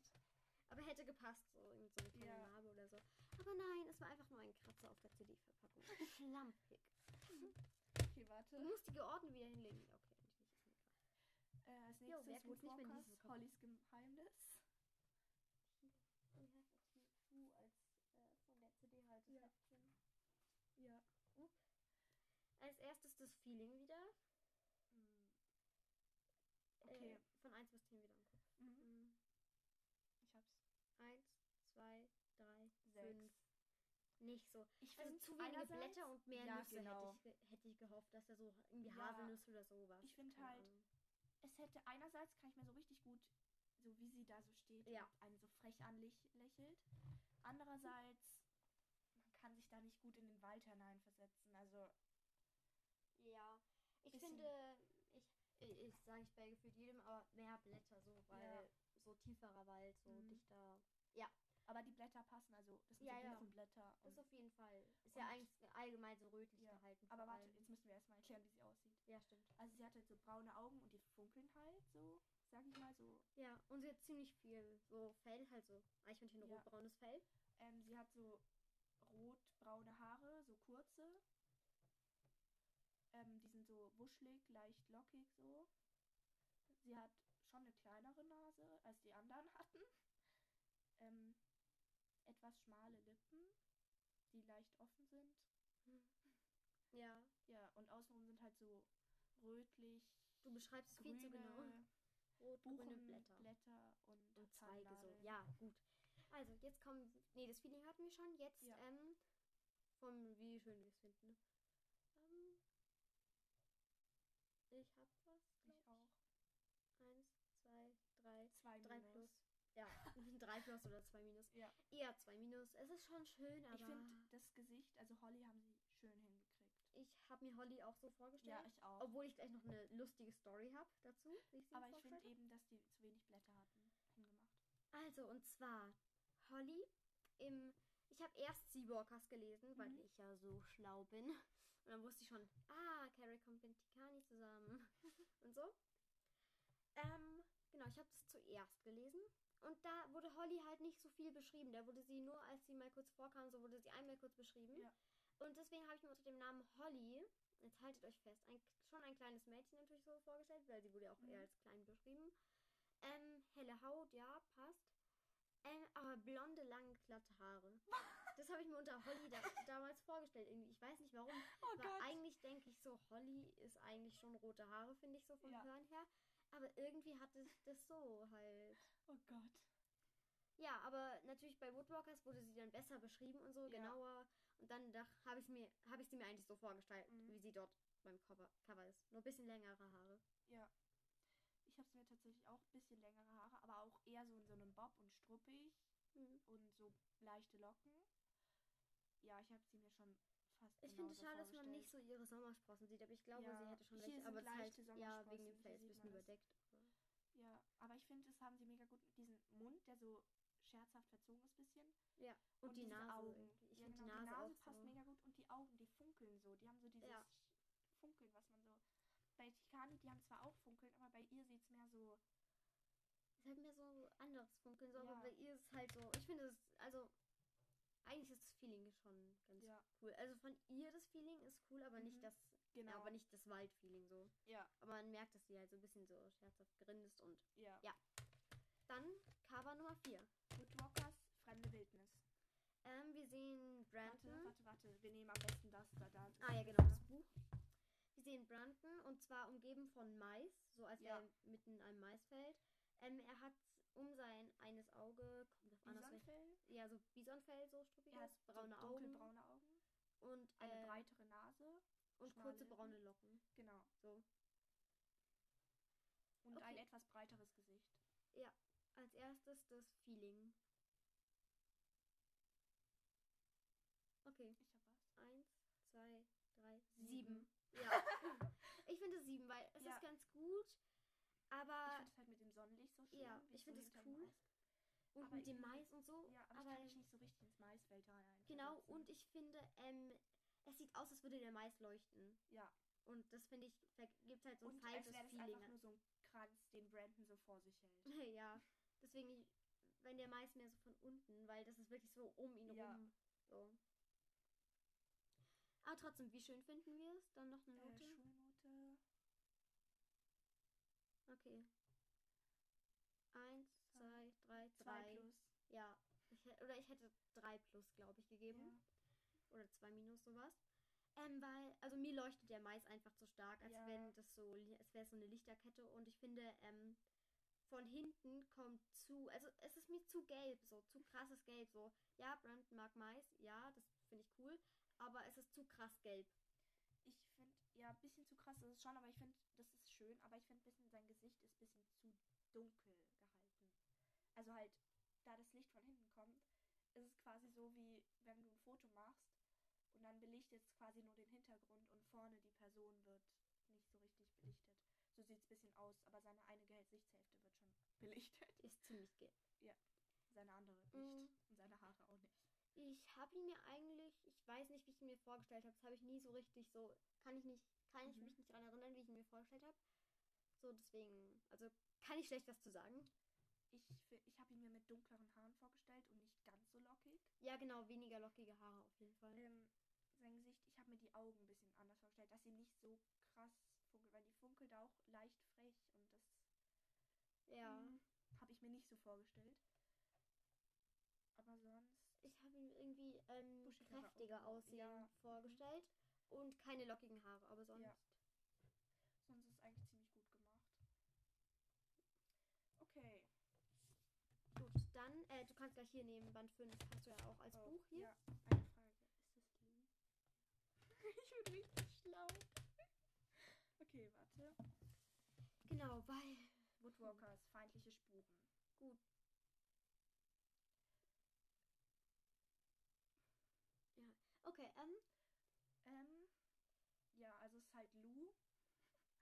[SPEAKER 2] Aber hätte gepasst, so irgend so eine kleine
[SPEAKER 1] Ja.
[SPEAKER 2] Narbe oder so. Aber nein, es war einfach nur ein Kratzer auf der CD-Verpackung. Schlampig.
[SPEAKER 1] Okay,
[SPEAKER 2] Du
[SPEAKER 1] warte.
[SPEAKER 2] musst die geordnet wieder hinlegen. Okay, eigentlich nicht. ist mir egal.
[SPEAKER 1] Äh, als
[SPEAKER 2] Jo, wer
[SPEAKER 1] nächstes
[SPEAKER 2] kennt's nicht, wenn
[SPEAKER 1] Woodwalkers,
[SPEAKER 2] diese bekommt?
[SPEAKER 1] Hollys Geheimnis.
[SPEAKER 2] Du als äh, von der CD halt.
[SPEAKER 1] Ja. Ja.
[SPEAKER 2] Als erstes das Feeling wieder.
[SPEAKER 1] Mm. Okay.
[SPEAKER 2] Äh, von 1 bis 10 wieder angucken.
[SPEAKER 1] Mhm.
[SPEAKER 2] Mhm.
[SPEAKER 1] Ich hab's.
[SPEAKER 2] 1, 2, 3,
[SPEAKER 1] Sechs.
[SPEAKER 2] 5. Nicht so.
[SPEAKER 1] Ich
[SPEAKER 2] Also
[SPEAKER 1] find's
[SPEAKER 2] zu wenige
[SPEAKER 1] einerseits-
[SPEAKER 2] Blätter und mehr
[SPEAKER 1] Ja,
[SPEAKER 2] Nüsse
[SPEAKER 1] genau.
[SPEAKER 2] hätte, ich, ge- hätte ich gehofft, dass da so irgendwie
[SPEAKER 1] Ja.
[SPEAKER 2] Haselnüsse oder sowas.
[SPEAKER 1] Ich find
[SPEAKER 2] Keine
[SPEAKER 1] halt-
[SPEAKER 2] Ahnung.
[SPEAKER 1] Es hätte einerseits, kann ich mir so richtig gut, so wie sie da so steht
[SPEAKER 2] Ja.
[SPEAKER 1] und einen so frech anlächelt. Andererseits, man kann sich da nicht gut in den Wald hineinversetzen. Also,
[SPEAKER 2] Ja, ich
[SPEAKER 1] Bisschen.
[SPEAKER 2] finde, ich, ich, ich sage ich bei gefühlt jedem, aber mehr Blätter so, weil
[SPEAKER 1] Ja.
[SPEAKER 2] so tieferer Wald, so
[SPEAKER 1] Mhm.
[SPEAKER 2] dichter.
[SPEAKER 1] aber die Blätter passen, also das sind
[SPEAKER 2] Ja,
[SPEAKER 1] so
[SPEAKER 2] ja.
[SPEAKER 1] Buchenblätter.
[SPEAKER 2] Das
[SPEAKER 1] Und,
[SPEAKER 2] auf jeden Fall. Ist ja
[SPEAKER 1] Und-
[SPEAKER 2] eigentlich allgemein so rötlich
[SPEAKER 1] Ja,
[SPEAKER 2] gehalten.
[SPEAKER 1] aber
[SPEAKER 2] vor
[SPEAKER 1] warte,
[SPEAKER 2] allem.
[SPEAKER 1] jetzt müssen wir erstmal erklären, wie sie aussieht.
[SPEAKER 2] Ja, stimmt.
[SPEAKER 1] Also sie hat halt so braune Augen und die funkeln halt so, sag ich mal so.
[SPEAKER 2] Ja, und sie hat ziemlich viel so Fell, halt so Eichhörnchen
[SPEAKER 1] Ja.
[SPEAKER 2] rotbraunes Fell.
[SPEAKER 1] Ähm, sie hat so rotbraune Haare, so kurze. Ähm, die sind so wuschelig, leicht lockig so. Sie hat schon eine kleinere Nase, als die anderen hatten. Ähm, etwas schmale Lippen, die leicht offen sind.
[SPEAKER 2] Ja,
[SPEAKER 1] Ja, und außenrum sind halt so rötlich,
[SPEAKER 2] du beschreibst es viel
[SPEAKER 1] grüne
[SPEAKER 2] zu genau. Rot-grüne Blätter.
[SPEAKER 1] Blätter und,
[SPEAKER 2] und Zweige so.
[SPEAKER 1] Zahnnadeln.
[SPEAKER 2] Ja, gut. Also, jetzt kommen. Nee, das Feeling hatten wir schon. Jetzt,
[SPEAKER 1] Ja.
[SPEAKER 2] ähm, vom wie schön wir es finden. ne? Ähm, ich hab was, glaub
[SPEAKER 1] Ich auch.
[SPEAKER 2] Eins, zwei, drei.
[SPEAKER 1] Zwei
[SPEAKER 2] Drei
[SPEAKER 1] Minus.
[SPEAKER 2] plus. Ja, drei plus oder zwei minus.
[SPEAKER 1] Ja.
[SPEAKER 2] Eher zwei minus. Es ist schon schön, aber
[SPEAKER 1] Ich finde das Gesicht, also Holly haben sie schön hingekriegt.
[SPEAKER 2] ich habe mir Holly auch so vorgestellt.
[SPEAKER 1] Ja, ich auch.
[SPEAKER 2] Obwohl ich gleich noch eine lustige Story habe dazu. wie sie
[SPEAKER 1] Aber ich
[SPEAKER 2] vorgestellt
[SPEAKER 1] finde eben, dass die zu wenig Blätter hatten hingemacht.
[SPEAKER 2] Also, und zwar Holly im. Ich habe erst Seawalkers gelesen, weil
[SPEAKER 1] Mhm.
[SPEAKER 2] ich ja so schlau bin. Und dann wusste ich schon, ah, Carrie kommt mit Tikani zusammen. und so. Ähm, genau, ich habe es zuerst gelesen. Und da wurde Holly halt nicht so viel beschrieben. Da wurde sie nur, als sie mal kurz vorkam, so wurde sie einmal kurz beschrieben.
[SPEAKER 1] Ja.
[SPEAKER 2] Und deswegen habe ich mir unter dem Namen Holly, jetzt haltet euch fest, ein, schon ein kleines Mädchen natürlich so vorgestellt, weil sie wurde ja auch eher
[SPEAKER 1] Mhm.
[SPEAKER 2] als klein beschrieben. Ähm, helle Haut, ja, passt. Ähm, aber blonde, lange, glatte Haare. Das habe ich mir unter Holly da, damals vorgestellt. Irgendwie. Ich weiß nicht warum.
[SPEAKER 1] Oh
[SPEAKER 2] Weil eigentlich denke ich so, Holly ist eigentlich schon rote Haare, finde ich so vom
[SPEAKER 1] Ja.
[SPEAKER 2] Hören her. Aber irgendwie hatte sich das so halt.
[SPEAKER 1] Oh Gott.
[SPEAKER 2] Ja, aber natürlich bei Woodwalkers wurde sie dann besser beschrieben und so,
[SPEAKER 1] Ja.
[SPEAKER 2] genauer. Und dann da habe ich mir, habe ich sie mir eigentlich so vorgestellt,
[SPEAKER 1] Mhm.
[SPEAKER 2] wie sie dort beim Cover, Cover ist. Nur ein bisschen längere Haare.
[SPEAKER 1] Ich habe es mir tatsächlich auch ein bisschen längere Haare, aber auch eher so in so einem Bob und struppig
[SPEAKER 2] Hm.
[SPEAKER 1] und so leichte Locken. Ja, ich habe sie mir schon fast
[SPEAKER 2] Ich finde es
[SPEAKER 1] genauso
[SPEAKER 2] schade, dass man nicht
[SPEAKER 1] Genau, vorgestellt.
[SPEAKER 2] so ihre Sommersprossen sieht, aber ich glaube,
[SPEAKER 1] Ja,
[SPEAKER 2] sie hätte schon
[SPEAKER 1] hier
[SPEAKER 2] welche.
[SPEAKER 1] sind
[SPEAKER 2] Aber es ist halt,
[SPEAKER 1] leichte
[SPEAKER 2] ja, wegen dem
[SPEAKER 1] Sommersprossen,
[SPEAKER 2] Fell
[SPEAKER 1] hier
[SPEAKER 2] ist ein
[SPEAKER 1] sieht
[SPEAKER 2] bisschen
[SPEAKER 1] man das.
[SPEAKER 2] überdeckt.
[SPEAKER 1] Ja, aber ich finde, das haben sie mega gut. Diesen Mund, der so scherzhaft verzogen ist bisschen.
[SPEAKER 2] Ja, und, die
[SPEAKER 1] diese
[SPEAKER 2] Nase.
[SPEAKER 1] Augen.
[SPEAKER 2] irgendwie. Ich
[SPEAKER 1] ja,
[SPEAKER 2] finde
[SPEAKER 1] genau,
[SPEAKER 2] die Nase, auch
[SPEAKER 1] passt
[SPEAKER 2] so.
[SPEAKER 1] mega gut und die Augen, die funkeln so. Die haben so dieses
[SPEAKER 2] Ja.
[SPEAKER 1] Funkeln, was man so. Bei Tikani, die haben zwar auch Funkeln, aber bei ihr sieht es mehr so.
[SPEAKER 2] Es hat mir so anderes Funkeln, so,
[SPEAKER 1] Ja.
[SPEAKER 2] aber bei ihr ist es halt so. Ich finde es, also, eigentlich ist das Feeling schon ganz
[SPEAKER 1] Ja.
[SPEAKER 2] cool. Also von ihr das Feeling ist cool, aber
[SPEAKER 1] Mhm.
[SPEAKER 2] nicht das, ja, aber nicht das Waldfeeling so.
[SPEAKER 1] Ja,
[SPEAKER 2] Aber man merkt, dass sie halt so ein bisschen so scherzhaft grinst und
[SPEAKER 1] ja.
[SPEAKER 2] dann Cover Nummer 4.
[SPEAKER 1] Woodwalkers, fremde Wildnis.
[SPEAKER 2] Ähm, wir sehen
[SPEAKER 1] Warte,
[SPEAKER 2] Brandon.
[SPEAKER 1] warte, warte. Wir nehmen am besten das da, da. das.
[SPEAKER 2] Mhm. Ah ja, genau, das Buch. Wir sehen Brandon und zwar umgeben von Mais, so als
[SPEAKER 1] Ja.
[SPEAKER 2] wäre er mitten in einem Maisfeld. Ähm, er hat um sein eines Auge, kommt auf an, aus welchem-
[SPEAKER 1] Bisonfell.
[SPEAKER 2] ja, so Bisonfell, so struppiges,
[SPEAKER 1] Er hat so
[SPEAKER 2] braune Augen
[SPEAKER 1] dunkelbraune Augen.
[SPEAKER 2] und,
[SPEAKER 1] Eine
[SPEAKER 2] äh,
[SPEAKER 1] breitere Nase.
[SPEAKER 2] und
[SPEAKER 1] schmale
[SPEAKER 2] kurze
[SPEAKER 1] Lippen.
[SPEAKER 2] braune Locken.
[SPEAKER 1] Genau.
[SPEAKER 2] So.
[SPEAKER 1] Und
[SPEAKER 2] Okay.
[SPEAKER 1] ein etwas breiteres Gesicht.
[SPEAKER 2] Als erstes das Feeling. Okay,
[SPEAKER 1] Ich hab was.
[SPEAKER 2] eins, zwei, drei,
[SPEAKER 1] Sieben.
[SPEAKER 2] sieben. Ja. ich finde sieben, weil es
[SPEAKER 1] Ja.
[SPEAKER 2] ist ganz gut,
[SPEAKER 1] Ich
[SPEAKER 2] aber
[SPEAKER 1] finde es halt mit dem Sonnenlicht so schön.
[SPEAKER 2] Ah. Ja,
[SPEAKER 1] wie
[SPEAKER 2] ich
[SPEAKER 1] es
[SPEAKER 2] find
[SPEAKER 1] so
[SPEAKER 2] das
[SPEAKER 1] hinter ihm
[SPEAKER 2] cool.
[SPEAKER 1] aus-
[SPEAKER 2] und
[SPEAKER 1] aber
[SPEAKER 2] mit dem
[SPEAKER 1] irgendwie-
[SPEAKER 2] Mais und so.
[SPEAKER 1] Ja, aber,
[SPEAKER 2] aber
[SPEAKER 1] ich kann mich nicht so richtig ins Maisfeld rein.
[SPEAKER 2] genau, und ich finde, ähm, es sieht aus, als würde der Mais leuchten.
[SPEAKER 1] Ja.
[SPEAKER 2] Und das finde ich, ver- gibt halt so ein
[SPEAKER 1] und als
[SPEAKER 2] falsches
[SPEAKER 1] wäre das
[SPEAKER 2] Feeling.
[SPEAKER 1] einfach nur so ein Kranz, den Brandon so vor sich hält. Äh,
[SPEAKER 2] ja, deswegen, ich- wenn der Mais mehr so von unten, weil das ist wirklich so um ihn
[SPEAKER 1] Ja.
[SPEAKER 2] rum. So. Aber trotzdem, wie schön finden wir es? Dann noch eine
[SPEAKER 1] Äh,
[SPEAKER 2] Note?
[SPEAKER 1] Schulnote.
[SPEAKER 2] okay. Eins, zwei, drei,
[SPEAKER 1] Zwei
[SPEAKER 2] drei.
[SPEAKER 1] plus.
[SPEAKER 2] Ja. Ich, hä- oder ich hätte drei plus, glaube ich, gegeben. Oder zwei minus sowas. Ähm, weil, also mir leuchtet der Mais einfach zu stark, als
[SPEAKER 1] Ja.
[SPEAKER 2] wenn das so, li- es wäre so eine Lichterkette und ich finde, ähm, von hinten kommt zu, also es ist mir zu gelb, so zu krasses Gelb, so. Ja, Brandon mag Mais, ja, das finde ich cool, aber es ist zu krass gelb.
[SPEAKER 1] Ich finde, ja, ein bisschen zu krass ist es schon, aber ich finde, das ist schön, aber ich finde ein bisschen, sein Gesicht ist ein bisschen zu dunkel gehalten. Also halt, da das Licht von hinten kommt, ist es quasi so, wie wenn du ein Foto machst und dann belichtet es quasi nur den Hintergrund und vorne die Person wird nicht so richtig belichtet. So sieht es ein bisschen aus, aber seine eine Gesichtshälfte wird schon belichtet.
[SPEAKER 2] Ist ziemlich gelb.
[SPEAKER 1] Seine andere nicht.
[SPEAKER 2] Mhm.
[SPEAKER 1] Und seine Haare auch nicht.
[SPEAKER 2] Ich habe ihn mir eigentlich, ich weiß nicht, wie ich ihn mir vorgestellt habe. Das habe ich nie so richtig so, kann ich nicht, kann ich
[SPEAKER 1] Mhm.
[SPEAKER 2] mich nicht daran erinnern, wie ich ihn mir vorgestellt habe. So deswegen, also kann ich schlecht was zu sagen.
[SPEAKER 1] Ich, fi- ich habe ihn mir mit dunkleren Haaren vorgestellt und nicht ganz so lockig.
[SPEAKER 2] Ja, genau, weniger lockige Haare auf jeden Fall.
[SPEAKER 1] ähm, sein Gesicht, ich habe mir die Augen ein bisschen anders vorgestellt, dass sie nicht so krass funkelt, weil die funkelt auch leicht frech und das
[SPEAKER 2] Ja,
[SPEAKER 1] Mhm. habe ich mir nicht so vorgestellt. Aber sonst,
[SPEAKER 2] ich habe ihn irgendwie ähm,
[SPEAKER 1] Buschigere
[SPEAKER 2] kräftiger
[SPEAKER 1] Augen,
[SPEAKER 2] aussehen
[SPEAKER 1] ja.
[SPEAKER 2] vorgestellt und keine lockigen Haare, aber sonst.
[SPEAKER 1] sonst ist eigentlich ziemlich gut gemacht. Okay.
[SPEAKER 2] Gut, dann, äh, du kannst gleich hier nehmen, Band 5 hast du ja auch als
[SPEAKER 1] oh,
[SPEAKER 2] Buch hier.
[SPEAKER 1] Ja, eine Frage. Ist das Lee? ich bin richtig schlau. okay, warte.
[SPEAKER 2] Genau, weil
[SPEAKER 1] Woodwalkers, feindliche Spuren.
[SPEAKER 2] Okay, ähm,
[SPEAKER 1] Ähm, ja, also es ist halt Lou.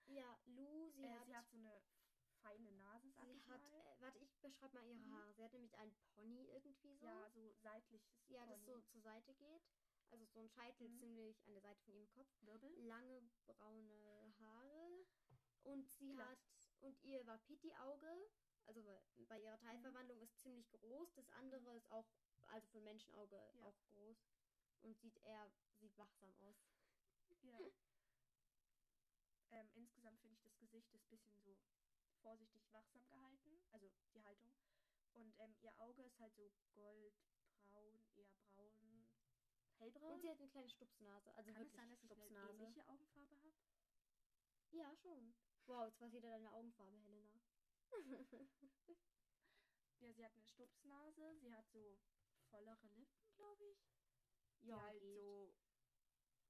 [SPEAKER 2] ja, Lou, sie
[SPEAKER 1] äh,
[SPEAKER 2] hat
[SPEAKER 1] sie hat so eine feine Nase, sag
[SPEAKER 2] Sie
[SPEAKER 1] ich
[SPEAKER 2] hat,
[SPEAKER 1] mal.
[SPEAKER 2] äh, warte, ich beschreibe mal ihre
[SPEAKER 1] Mhm.
[SPEAKER 2] Haare. Sie hat nämlich einen Pony irgendwie so.
[SPEAKER 1] Ja, so seitliches
[SPEAKER 2] ja das so
[SPEAKER 1] Pony.
[SPEAKER 2] zur Seite geht. Also so ein Scheitel
[SPEAKER 1] Mhm.
[SPEAKER 2] ziemlich an der Seite von ihrem Kopf.
[SPEAKER 1] Wirbel.
[SPEAKER 2] Lange braune Haare. Und sie
[SPEAKER 1] Glatt.
[SPEAKER 2] hat, und ihr Wapiti-Auge, also bei, bei ihrer
[SPEAKER 1] Mhm.
[SPEAKER 2] Teilverwandlung ist ziemlich groß. Das andere ist auch, also für ein Menschenauge
[SPEAKER 1] Ja.
[SPEAKER 2] auch groß. Und sieht eher, sieht wachsam aus.
[SPEAKER 1] Ja. ähm, insgesamt finde ich das Gesicht ist bisschen so vorsichtig wachsam gehalten, also die Haltung. Und ähm, ihr Auge ist halt so goldbraun, eher braun, hellbraun.
[SPEAKER 2] Und sie hat eine kleine Stupsnase. Also
[SPEAKER 1] Kann es
[SPEAKER 2] wirklich
[SPEAKER 1] sein, dass ich eine
[SPEAKER 2] Stupsnase.
[SPEAKER 1] ähnliche Augenfarbe habe?
[SPEAKER 2] Ja, schon. Wow, jetzt weiß jeder deine Augenfarbe, Helena.
[SPEAKER 1] Ja, sie hat eine Stupsnase, sie hat so vollere Lippen, glaube ich. die
[SPEAKER 2] Ja,
[SPEAKER 1] halt
[SPEAKER 2] geht.
[SPEAKER 1] so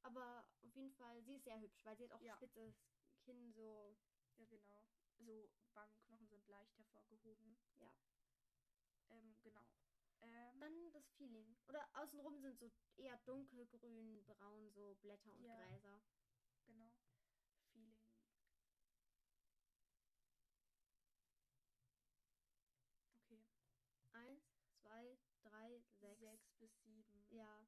[SPEAKER 2] Aber auf jeden Fall, sie ist sehr hübsch, weil sie hat auch
[SPEAKER 1] Ja.
[SPEAKER 2] spitzes Kinn so.
[SPEAKER 1] Ja, genau. So Wangenknochen sind leicht hervorgehoben.
[SPEAKER 2] Ja.
[SPEAKER 1] Ähm, genau. Ähm,
[SPEAKER 2] Dann das Feeling. Oder außenrum sind so eher dunkelgrün, braun, so Blätter und
[SPEAKER 1] Ja.
[SPEAKER 2] Gräser.
[SPEAKER 1] genau. Feeling. Okay.
[SPEAKER 2] Eins, zwei, drei, sechs.
[SPEAKER 1] Sechs bis sieben.
[SPEAKER 2] Ja,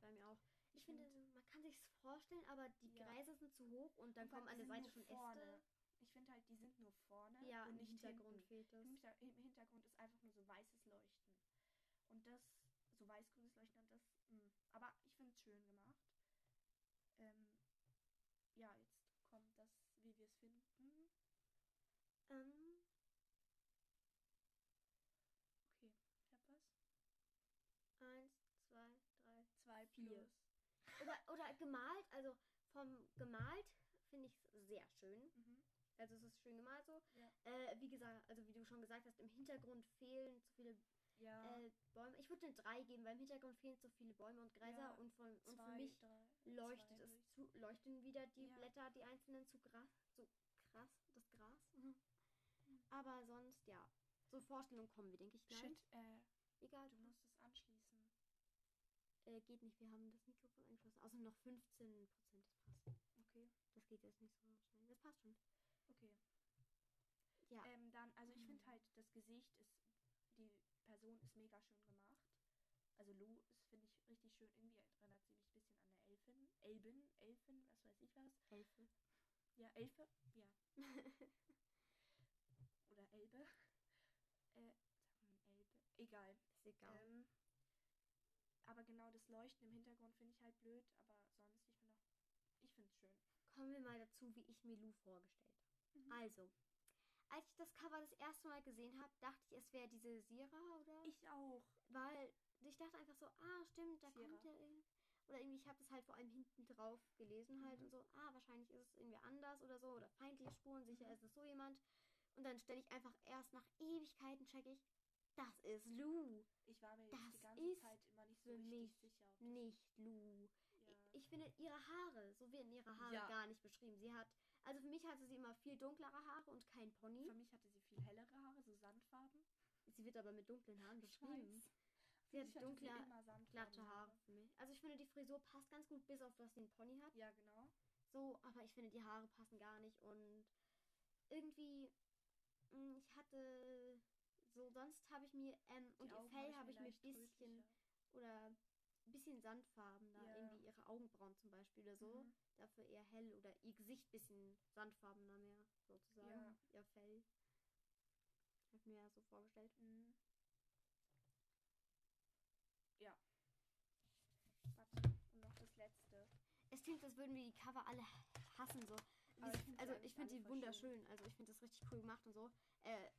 [SPEAKER 2] bei mir auch. Ich,
[SPEAKER 1] Ich
[SPEAKER 2] finde, man kann sich vorstellen, aber die
[SPEAKER 1] Ja.
[SPEAKER 2] Gräser sind zu hoch und dann
[SPEAKER 1] Und vor
[SPEAKER 2] kommen
[SPEAKER 1] allem,
[SPEAKER 2] an
[SPEAKER 1] die
[SPEAKER 2] der
[SPEAKER 1] sind
[SPEAKER 2] Seite
[SPEAKER 1] nur
[SPEAKER 2] schon
[SPEAKER 1] vorne.
[SPEAKER 2] Äste.
[SPEAKER 1] Ich finde halt, die sind nur vorne
[SPEAKER 2] Ja,
[SPEAKER 1] und
[SPEAKER 2] im
[SPEAKER 1] nicht
[SPEAKER 2] Hintergrund
[SPEAKER 1] hinten.
[SPEAKER 2] fehlt es.
[SPEAKER 1] Im Hinter- Im Hintergrund ist einfach nur so weißes Leuchten. Und das, so weiß-grünes Leuchten und das, mh. aber ich finde es schön gemacht. Ähm, ja, jetzt kommt das, wie wir es finden.
[SPEAKER 2] Ähm,
[SPEAKER 1] Okay, ich hab was.
[SPEAKER 2] eins, zwei, drei,
[SPEAKER 1] Zwei
[SPEAKER 2] Vier. Oder, oder gemalt, also vom gemalt finde ich es sehr schön.
[SPEAKER 1] Mhm.
[SPEAKER 2] Also es ist schön gemalt so.
[SPEAKER 1] Ja.
[SPEAKER 2] Äh, wie gesagt, also wie du schon gesagt hast, im Hintergrund fehlen zu viele
[SPEAKER 1] Ja,
[SPEAKER 2] äh, Bäume. Ich würde eine 3 geben, weil im Hintergrund fehlen zu viele Bäume und Gräser
[SPEAKER 1] Ja,
[SPEAKER 2] und, von, und für
[SPEAKER 1] zwei,
[SPEAKER 2] mich
[SPEAKER 1] drei,
[SPEAKER 2] leuchtet
[SPEAKER 1] zwei
[SPEAKER 2] es
[SPEAKER 1] durch.
[SPEAKER 2] zu, leuchten wieder die
[SPEAKER 1] Ja.
[SPEAKER 2] Blätter, die einzelnen zu krass, zu krass, das Gras.
[SPEAKER 1] Mhm.
[SPEAKER 2] Mhm. Aber sonst, ja. So Vorstellungen kommen wir, denke ich, gleich.
[SPEAKER 1] Shit, äh,
[SPEAKER 2] Egal,
[SPEAKER 1] du musst es anschließen.
[SPEAKER 2] äh, geht nicht, wir haben das Mikrofon angeschlossen. Außer noch 15 Prozent, das passt.
[SPEAKER 1] Okay,
[SPEAKER 2] Das geht jetzt nicht so schnell. Das passt schon.
[SPEAKER 1] okay.
[SPEAKER 2] Ja.
[SPEAKER 1] Ähm, dann, also ich finde halt, das Gesicht ist, die Person ist mega schön gemacht. Also Lou ist, finde ich, richtig schön. Irgendwie erinnert sie mich ein bisschen an eine Elfin. Elbin, Elfin, was weiß ich was.
[SPEAKER 2] Elfe.
[SPEAKER 1] Ja, Elfe, ja. Oder Elbe. Äh, sagt man Elbe? Egal.
[SPEAKER 2] Ist egal.
[SPEAKER 1] Ähm, aber genau das Leuchten im Hintergrund finde ich halt blöd, aber sonst, ich bin auch, ich finde es schön.
[SPEAKER 2] Kommen wir mal dazu, wie ich mir Lou vorgestellt habe.
[SPEAKER 1] Ähm. Mhm.
[SPEAKER 2] Also, Als ich das Cover das erste Mal gesehen habe, dachte ich, es wäre diese Sira oder?
[SPEAKER 1] Ich auch.
[SPEAKER 2] Weil ich dachte einfach so, ah, stimmt, da
[SPEAKER 1] Sierra.
[SPEAKER 2] kommt ja irgendwie. Oder irgendwie, ich habe das halt vor allem hinten drauf gelesen halt
[SPEAKER 1] Mhm.
[SPEAKER 2] und so, ah, wahrscheinlich ist es irgendwie anders oder so, oder feindliche Spuren,
[SPEAKER 1] Mhm.
[SPEAKER 2] sicher ist es so jemand. Und dann stelle ich einfach erst nach Ewigkeiten, checke ich, das ist Lou,
[SPEAKER 1] Ich war
[SPEAKER 2] Das
[SPEAKER 1] mir jetzt die ganze
[SPEAKER 2] ist
[SPEAKER 1] Zeit immer nicht so
[SPEAKER 2] für mich
[SPEAKER 1] richtig sicher. ob
[SPEAKER 2] nicht Lou.
[SPEAKER 1] das- ja.
[SPEAKER 2] Ich finde ihre Haare, so werden ihre Haare
[SPEAKER 1] Ja.
[SPEAKER 2] gar nicht beschrieben. Sie hat, also für mich hatte sie immer viel dunklere Haare und kein Pony.
[SPEAKER 1] Für mich hatte sie viel hellere Haare, so Sandfarben.
[SPEAKER 2] Sie wird aber mit dunklen Haaren
[SPEAKER 1] Ich
[SPEAKER 2] beschrieben.
[SPEAKER 1] weiß.
[SPEAKER 2] Sie hat
[SPEAKER 1] Ich hatte
[SPEAKER 2] dunkle,
[SPEAKER 1] sie immer sandfarbene
[SPEAKER 2] glatte Haare für mich. Also ich finde, die Frisur passt ganz gut, bis auf dass sie einen Pony hat.
[SPEAKER 1] Ja, genau.
[SPEAKER 2] So, aber ich finde, die Haare passen gar nicht und irgendwie, mh, ich hatte, so sonst habe ich mir, ähm,
[SPEAKER 1] Die
[SPEAKER 2] und ihr
[SPEAKER 1] Augen
[SPEAKER 2] Fell
[SPEAKER 1] hab
[SPEAKER 2] habe ich mir ein
[SPEAKER 1] leicht
[SPEAKER 2] bisschen,
[SPEAKER 1] rötlicher.
[SPEAKER 2] oder ein bisschen Sandfarben da,
[SPEAKER 1] Ja.
[SPEAKER 2] irgendwie ihre Augenbrauen zum Beispiel oder so.
[SPEAKER 1] Mhm.
[SPEAKER 2] dafür eher hell oder ihr Gesicht bisschen sandfarbener mehr, sozusagen.
[SPEAKER 1] Ja.
[SPEAKER 2] Ihr Fell. Hab mir ja so vorgestellt.
[SPEAKER 1] Mhm. Ja. Warte, und noch das letzte.
[SPEAKER 2] Es klingt, als würden wir die Cover alle hassen. So.
[SPEAKER 1] Aber
[SPEAKER 2] Dieses-
[SPEAKER 1] ich find die
[SPEAKER 2] also
[SPEAKER 1] eigentlich
[SPEAKER 2] ich finde
[SPEAKER 1] alle
[SPEAKER 2] die
[SPEAKER 1] voll schön.
[SPEAKER 2] wunderschön. Also ich finde das richtig cool gemacht und so. Äh,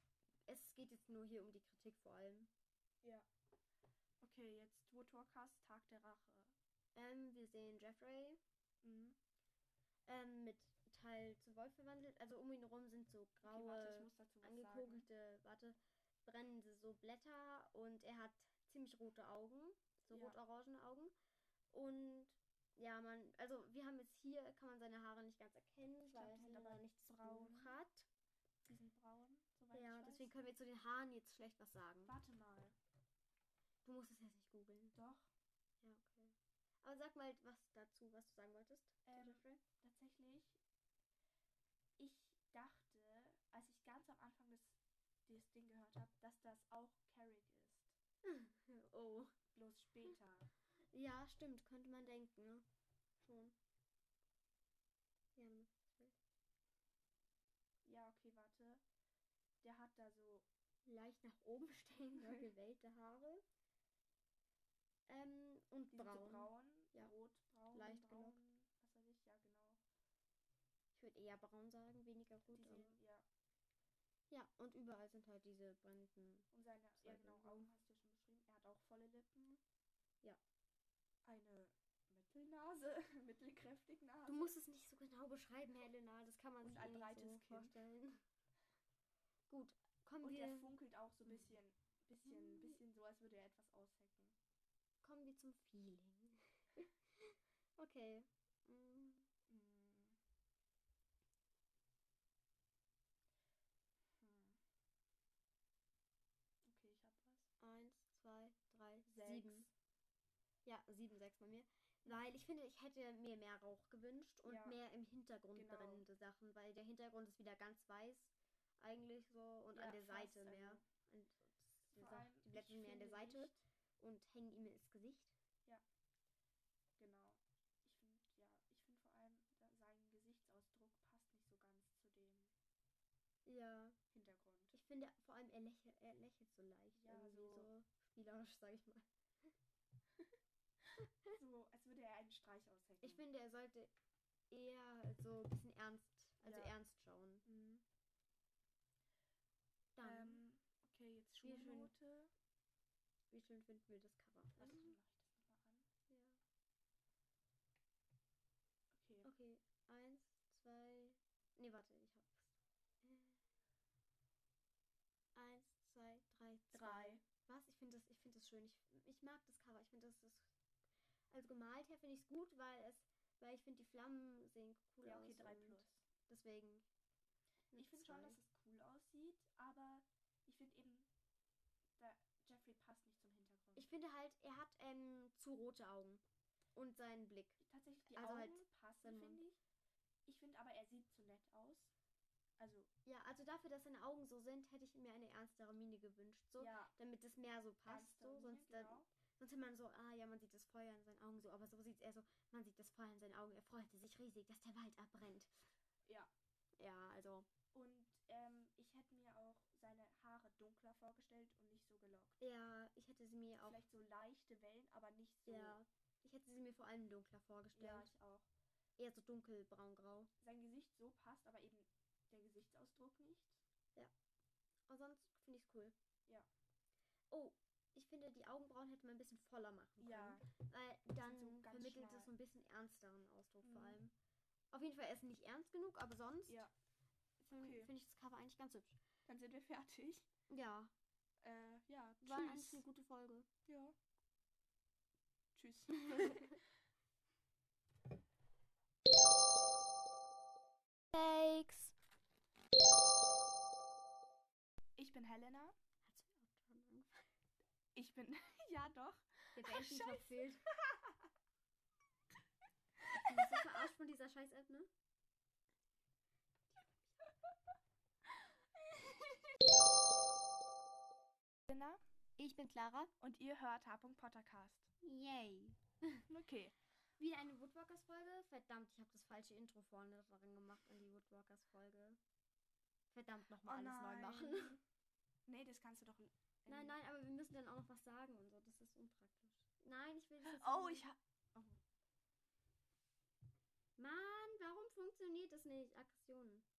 [SPEAKER 2] es geht jetzt nur hier um die Kritik vor allem.
[SPEAKER 1] Okay, jetzt Wotorcast, Tag der Rache.
[SPEAKER 2] Ähm, wir sehen Jeffrey
[SPEAKER 1] Mhm.
[SPEAKER 2] ähm, mit Teil zu Wolf verwandelt. Also um ihn herum sind so graue.
[SPEAKER 1] Okay, warte, ich muss dazu was sagen.
[SPEAKER 2] angekogelte, äh, warte, brennende so Blätter und er hat ziemlich rote Augen, so
[SPEAKER 1] Ja.
[SPEAKER 2] rot-orangene Augen. Und ja, man, also wir haben jetzt hier, kann man seine Haare nicht ganz erkennen,
[SPEAKER 1] Ich glaub,
[SPEAKER 2] weil
[SPEAKER 1] die sind
[SPEAKER 2] Helena
[SPEAKER 1] aber
[SPEAKER 2] nichts
[SPEAKER 1] braun,
[SPEAKER 2] braun hat.
[SPEAKER 1] Diesen braunen, soweit
[SPEAKER 2] ja,
[SPEAKER 1] ich weiß.
[SPEAKER 2] deswegen können wir zu den Haaren jetzt schlecht was sagen.
[SPEAKER 1] Warte mal.
[SPEAKER 2] Du musst es jetzt nicht googeln.
[SPEAKER 1] Doch,
[SPEAKER 2] Ja, okay. Aber sag mal was dazu, was du sagen wolltest. zu
[SPEAKER 1] Ähm,
[SPEAKER 2] Jeffrey.
[SPEAKER 1] tatsächlich. Ich dachte, als ich ganz am Anfang des, des Ding gehört habe, dass das auch Carrick ist.
[SPEAKER 2] Oh.
[SPEAKER 1] Bloß später.
[SPEAKER 2] Ja, stimmt, könnte man denken, ne? Schon. Ja, du musst es googeln.
[SPEAKER 1] Ja, okay, warte. Der hat da so.
[SPEAKER 2] leicht nach oben stehende, gewellte Haare. Ähm, und
[SPEAKER 1] Die Sind so
[SPEAKER 2] braun.
[SPEAKER 1] braun,
[SPEAKER 2] Ja.
[SPEAKER 1] rot, braun,
[SPEAKER 2] Leicht
[SPEAKER 1] braun,
[SPEAKER 2] gelockt.
[SPEAKER 1] was weiß ich, ja, genau.
[SPEAKER 2] Ich würde eher braun sagen, weniger rot.
[SPEAKER 1] Die
[SPEAKER 2] aber-
[SPEAKER 1] sehen, ja.
[SPEAKER 2] Ja, und überall sind halt diese brennenden.
[SPEAKER 1] Und seine, ja,
[SPEAKER 2] Zweifel.
[SPEAKER 1] genau, Augen hast du schon beschrieben. Er hat auch volle Lippen.
[SPEAKER 2] Ja.
[SPEAKER 1] Eine Mittelnase, mittelkräftige Nase.
[SPEAKER 2] Du musst es nicht so genau beschreiben, Helena. Das kann man
[SPEAKER 1] Und
[SPEAKER 2] sich
[SPEAKER 1] ein
[SPEAKER 2] eh nicht
[SPEAKER 1] breites
[SPEAKER 2] so
[SPEAKER 1] Kinn.
[SPEAKER 2] vorstellen. Gut, kommen
[SPEAKER 1] Und er
[SPEAKER 2] wir,
[SPEAKER 1] funkelt auch so ein bisschen, bisschen,
[SPEAKER 2] Mhm.
[SPEAKER 1] bisschen so, als würde er etwas aushecken.
[SPEAKER 2] kommen wir zum Feeling. okay. Mm,
[SPEAKER 1] Mm. Hm. Okay, ich hab was.
[SPEAKER 2] Eins, zwei, drei, sieben.
[SPEAKER 1] Sechs.
[SPEAKER 2] Ja, sieben, sechs bei mir. Weil ich finde, ich hätte mir mehr Rauch gewünscht und
[SPEAKER 1] Ja.
[SPEAKER 2] mehr im Hintergrund
[SPEAKER 1] Genau.
[SPEAKER 2] brennende Sachen, weil der Hintergrund ist wieder ganz weiß, eigentlich so, und
[SPEAKER 1] Ja,
[SPEAKER 2] an der
[SPEAKER 1] fast,
[SPEAKER 2] Seite mehr.
[SPEAKER 1] also.
[SPEAKER 2] Und die,
[SPEAKER 1] Vor
[SPEAKER 2] Sachen-
[SPEAKER 1] allem,
[SPEAKER 2] die
[SPEAKER 1] ich
[SPEAKER 2] Blätter sind mehr an der
[SPEAKER 1] finde
[SPEAKER 2] Seite
[SPEAKER 1] nicht-
[SPEAKER 2] und hängen ihm ins Gesicht.
[SPEAKER 1] Genau. Ich finde, ja, ich finde vor allem, da- sein Gesichtsausdruck passt nicht so ganz zu dem
[SPEAKER 2] Ja.
[SPEAKER 1] Hintergrund.
[SPEAKER 2] Ich finde vor allem, er, lächel, er lächelt so leicht,
[SPEAKER 1] Ja,
[SPEAKER 2] irgendwie
[SPEAKER 1] so.
[SPEAKER 2] so. spielerisch, sag ich mal.
[SPEAKER 1] So, als würde er einen Streich aushecken.
[SPEAKER 2] Ich finde, er sollte eher halt so ein bisschen ernst, also
[SPEAKER 1] Ja.
[SPEAKER 2] ernst schauen.
[SPEAKER 1] Mhm.
[SPEAKER 2] Dann,
[SPEAKER 1] Ähm, okay, jetzt
[SPEAKER 2] Wie schön.
[SPEAKER 1] Schulnote.
[SPEAKER 2] wie schön finden wir das Cover?
[SPEAKER 1] Warte, dann
[SPEAKER 2] Mhm.
[SPEAKER 1] mach ich das nochmal an.
[SPEAKER 2] Ja.
[SPEAKER 1] Okay.
[SPEAKER 2] Okay, eins, zwei. Nee, warte, ich hab's. Äh, Eins, zwei, drei, zwei.
[SPEAKER 1] Drei.
[SPEAKER 2] Was? Ich finde das, ich finde das schön. Ich, ich mag das Cover. Ich finde das ist. Also gemalt her finde ich es gut, weil es, weil ich finde die Flammen sehen cool
[SPEAKER 1] Ja,
[SPEAKER 2] aus.
[SPEAKER 1] okay, drei
[SPEAKER 2] und
[SPEAKER 1] plus.
[SPEAKER 2] Deswegen. eine
[SPEAKER 1] Ich finde schon,
[SPEAKER 2] zwei.
[SPEAKER 1] dass es cool aussieht, aber ich finde eben, da Jeffrey passt nicht zum Hintergrund.
[SPEAKER 2] Ich finde halt, er hat ähm, zu rote Augen und seinen Blick.
[SPEAKER 1] tatsächlich die
[SPEAKER 2] also
[SPEAKER 1] Augen
[SPEAKER 2] halt
[SPEAKER 1] passen,
[SPEAKER 2] seinen
[SPEAKER 1] finde
[SPEAKER 2] Mund.
[SPEAKER 1] ich. Ich finde aber, er sieht zu nett aus. Also,
[SPEAKER 2] Ja, also dafür, dass seine Augen so sind, hätte ich mir eine ernstere Miene gewünscht, so,
[SPEAKER 1] ja,
[SPEAKER 2] damit es mehr so passt,
[SPEAKER 1] ernste
[SPEAKER 2] so,
[SPEAKER 1] Miene,
[SPEAKER 2] sonst dann,
[SPEAKER 1] genau.
[SPEAKER 2] Sonst hat man so, ah ja, man sieht das Feuer in seinen Augen so, aber so sieht es eher so, man sieht das Feuer in seinen Augen, er freute sich riesig, dass der Wald abbrennt.
[SPEAKER 1] Ja.
[SPEAKER 2] Ja, also,
[SPEAKER 1] Und ähm, ich hätte mir auch seine Haare dunkler vorgestellt und nicht so gelockt.
[SPEAKER 2] ja, ich hätte sie mir auch,
[SPEAKER 1] Vielleicht so leichte Wellen, aber nicht so.
[SPEAKER 2] ja, ich hätte sie mir vor allem dunkler
[SPEAKER 1] ja,
[SPEAKER 2] vorgestellt.
[SPEAKER 1] ich auch.
[SPEAKER 2] Eher so dunkel, braun, grau.
[SPEAKER 1] Sein Gesicht so passt, aber eben der Gesichtsausdruck nicht.
[SPEAKER 2] Aber sonst finde ich es cool.
[SPEAKER 1] Ja.
[SPEAKER 2] Oh, ich finde, die Augenbrauen hätte man ein bisschen voller machen können.
[SPEAKER 1] Ja,
[SPEAKER 2] Weil dann
[SPEAKER 1] so ganz
[SPEAKER 2] vermittelt
[SPEAKER 1] schmal.
[SPEAKER 2] es so ein bisschen ernsteren Ausdruck vor
[SPEAKER 1] Mhm.
[SPEAKER 2] allem. Auf jeden Fall ist nicht ernst genug, aber sonst
[SPEAKER 1] Ja.
[SPEAKER 2] finde
[SPEAKER 1] Okay.
[SPEAKER 2] finde ich das Cover eigentlich ganz hübsch.
[SPEAKER 1] dann sind wir fertig.
[SPEAKER 2] Ja,
[SPEAKER 1] Äh, ja,
[SPEAKER 2] war eigentlich eine
[SPEAKER 1] tschüss.
[SPEAKER 2] gute Folge.
[SPEAKER 1] Ja. Tschüss.
[SPEAKER 2] Thanks.
[SPEAKER 1] Ich bin Helena. Ich bin, ja doch.
[SPEAKER 2] Jetzt endlich noch fehlt. Du bist so verarscht von dieser Scheiß-App, ne?
[SPEAKER 1] Helena.
[SPEAKER 2] Ich bin Clara.
[SPEAKER 1] Und ihr hört H. Pottercast.
[SPEAKER 2] Yay.
[SPEAKER 1] Okay.
[SPEAKER 2] Wieder eine Woodwalkers-Folge? Verdammt, ich habe das falsche Intro vorne dran gemacht an die Woodwalkers-Folge. Verdammt, nochmal
[SPEAKER 1] Oh
[SPEAKER 2] alles neu
[SPEAKER 1] nein.
[SPEAKER 2] machen.
[SPEAKER 1] Nee, das kannst du doch. in-
[SPEAKER 2] Nein, nein, aber wir müssen dann auch noch was sagen und so. Das ist unpraktisch. Nein, ich will das jetzt.
[SPEAKER 1] Oh,
[SPEAKER 2] nicht.
[SPEAKER 1] ich ha
[SPEAKER 2] Mann, warum funktioniert das nicht? Aggressionen.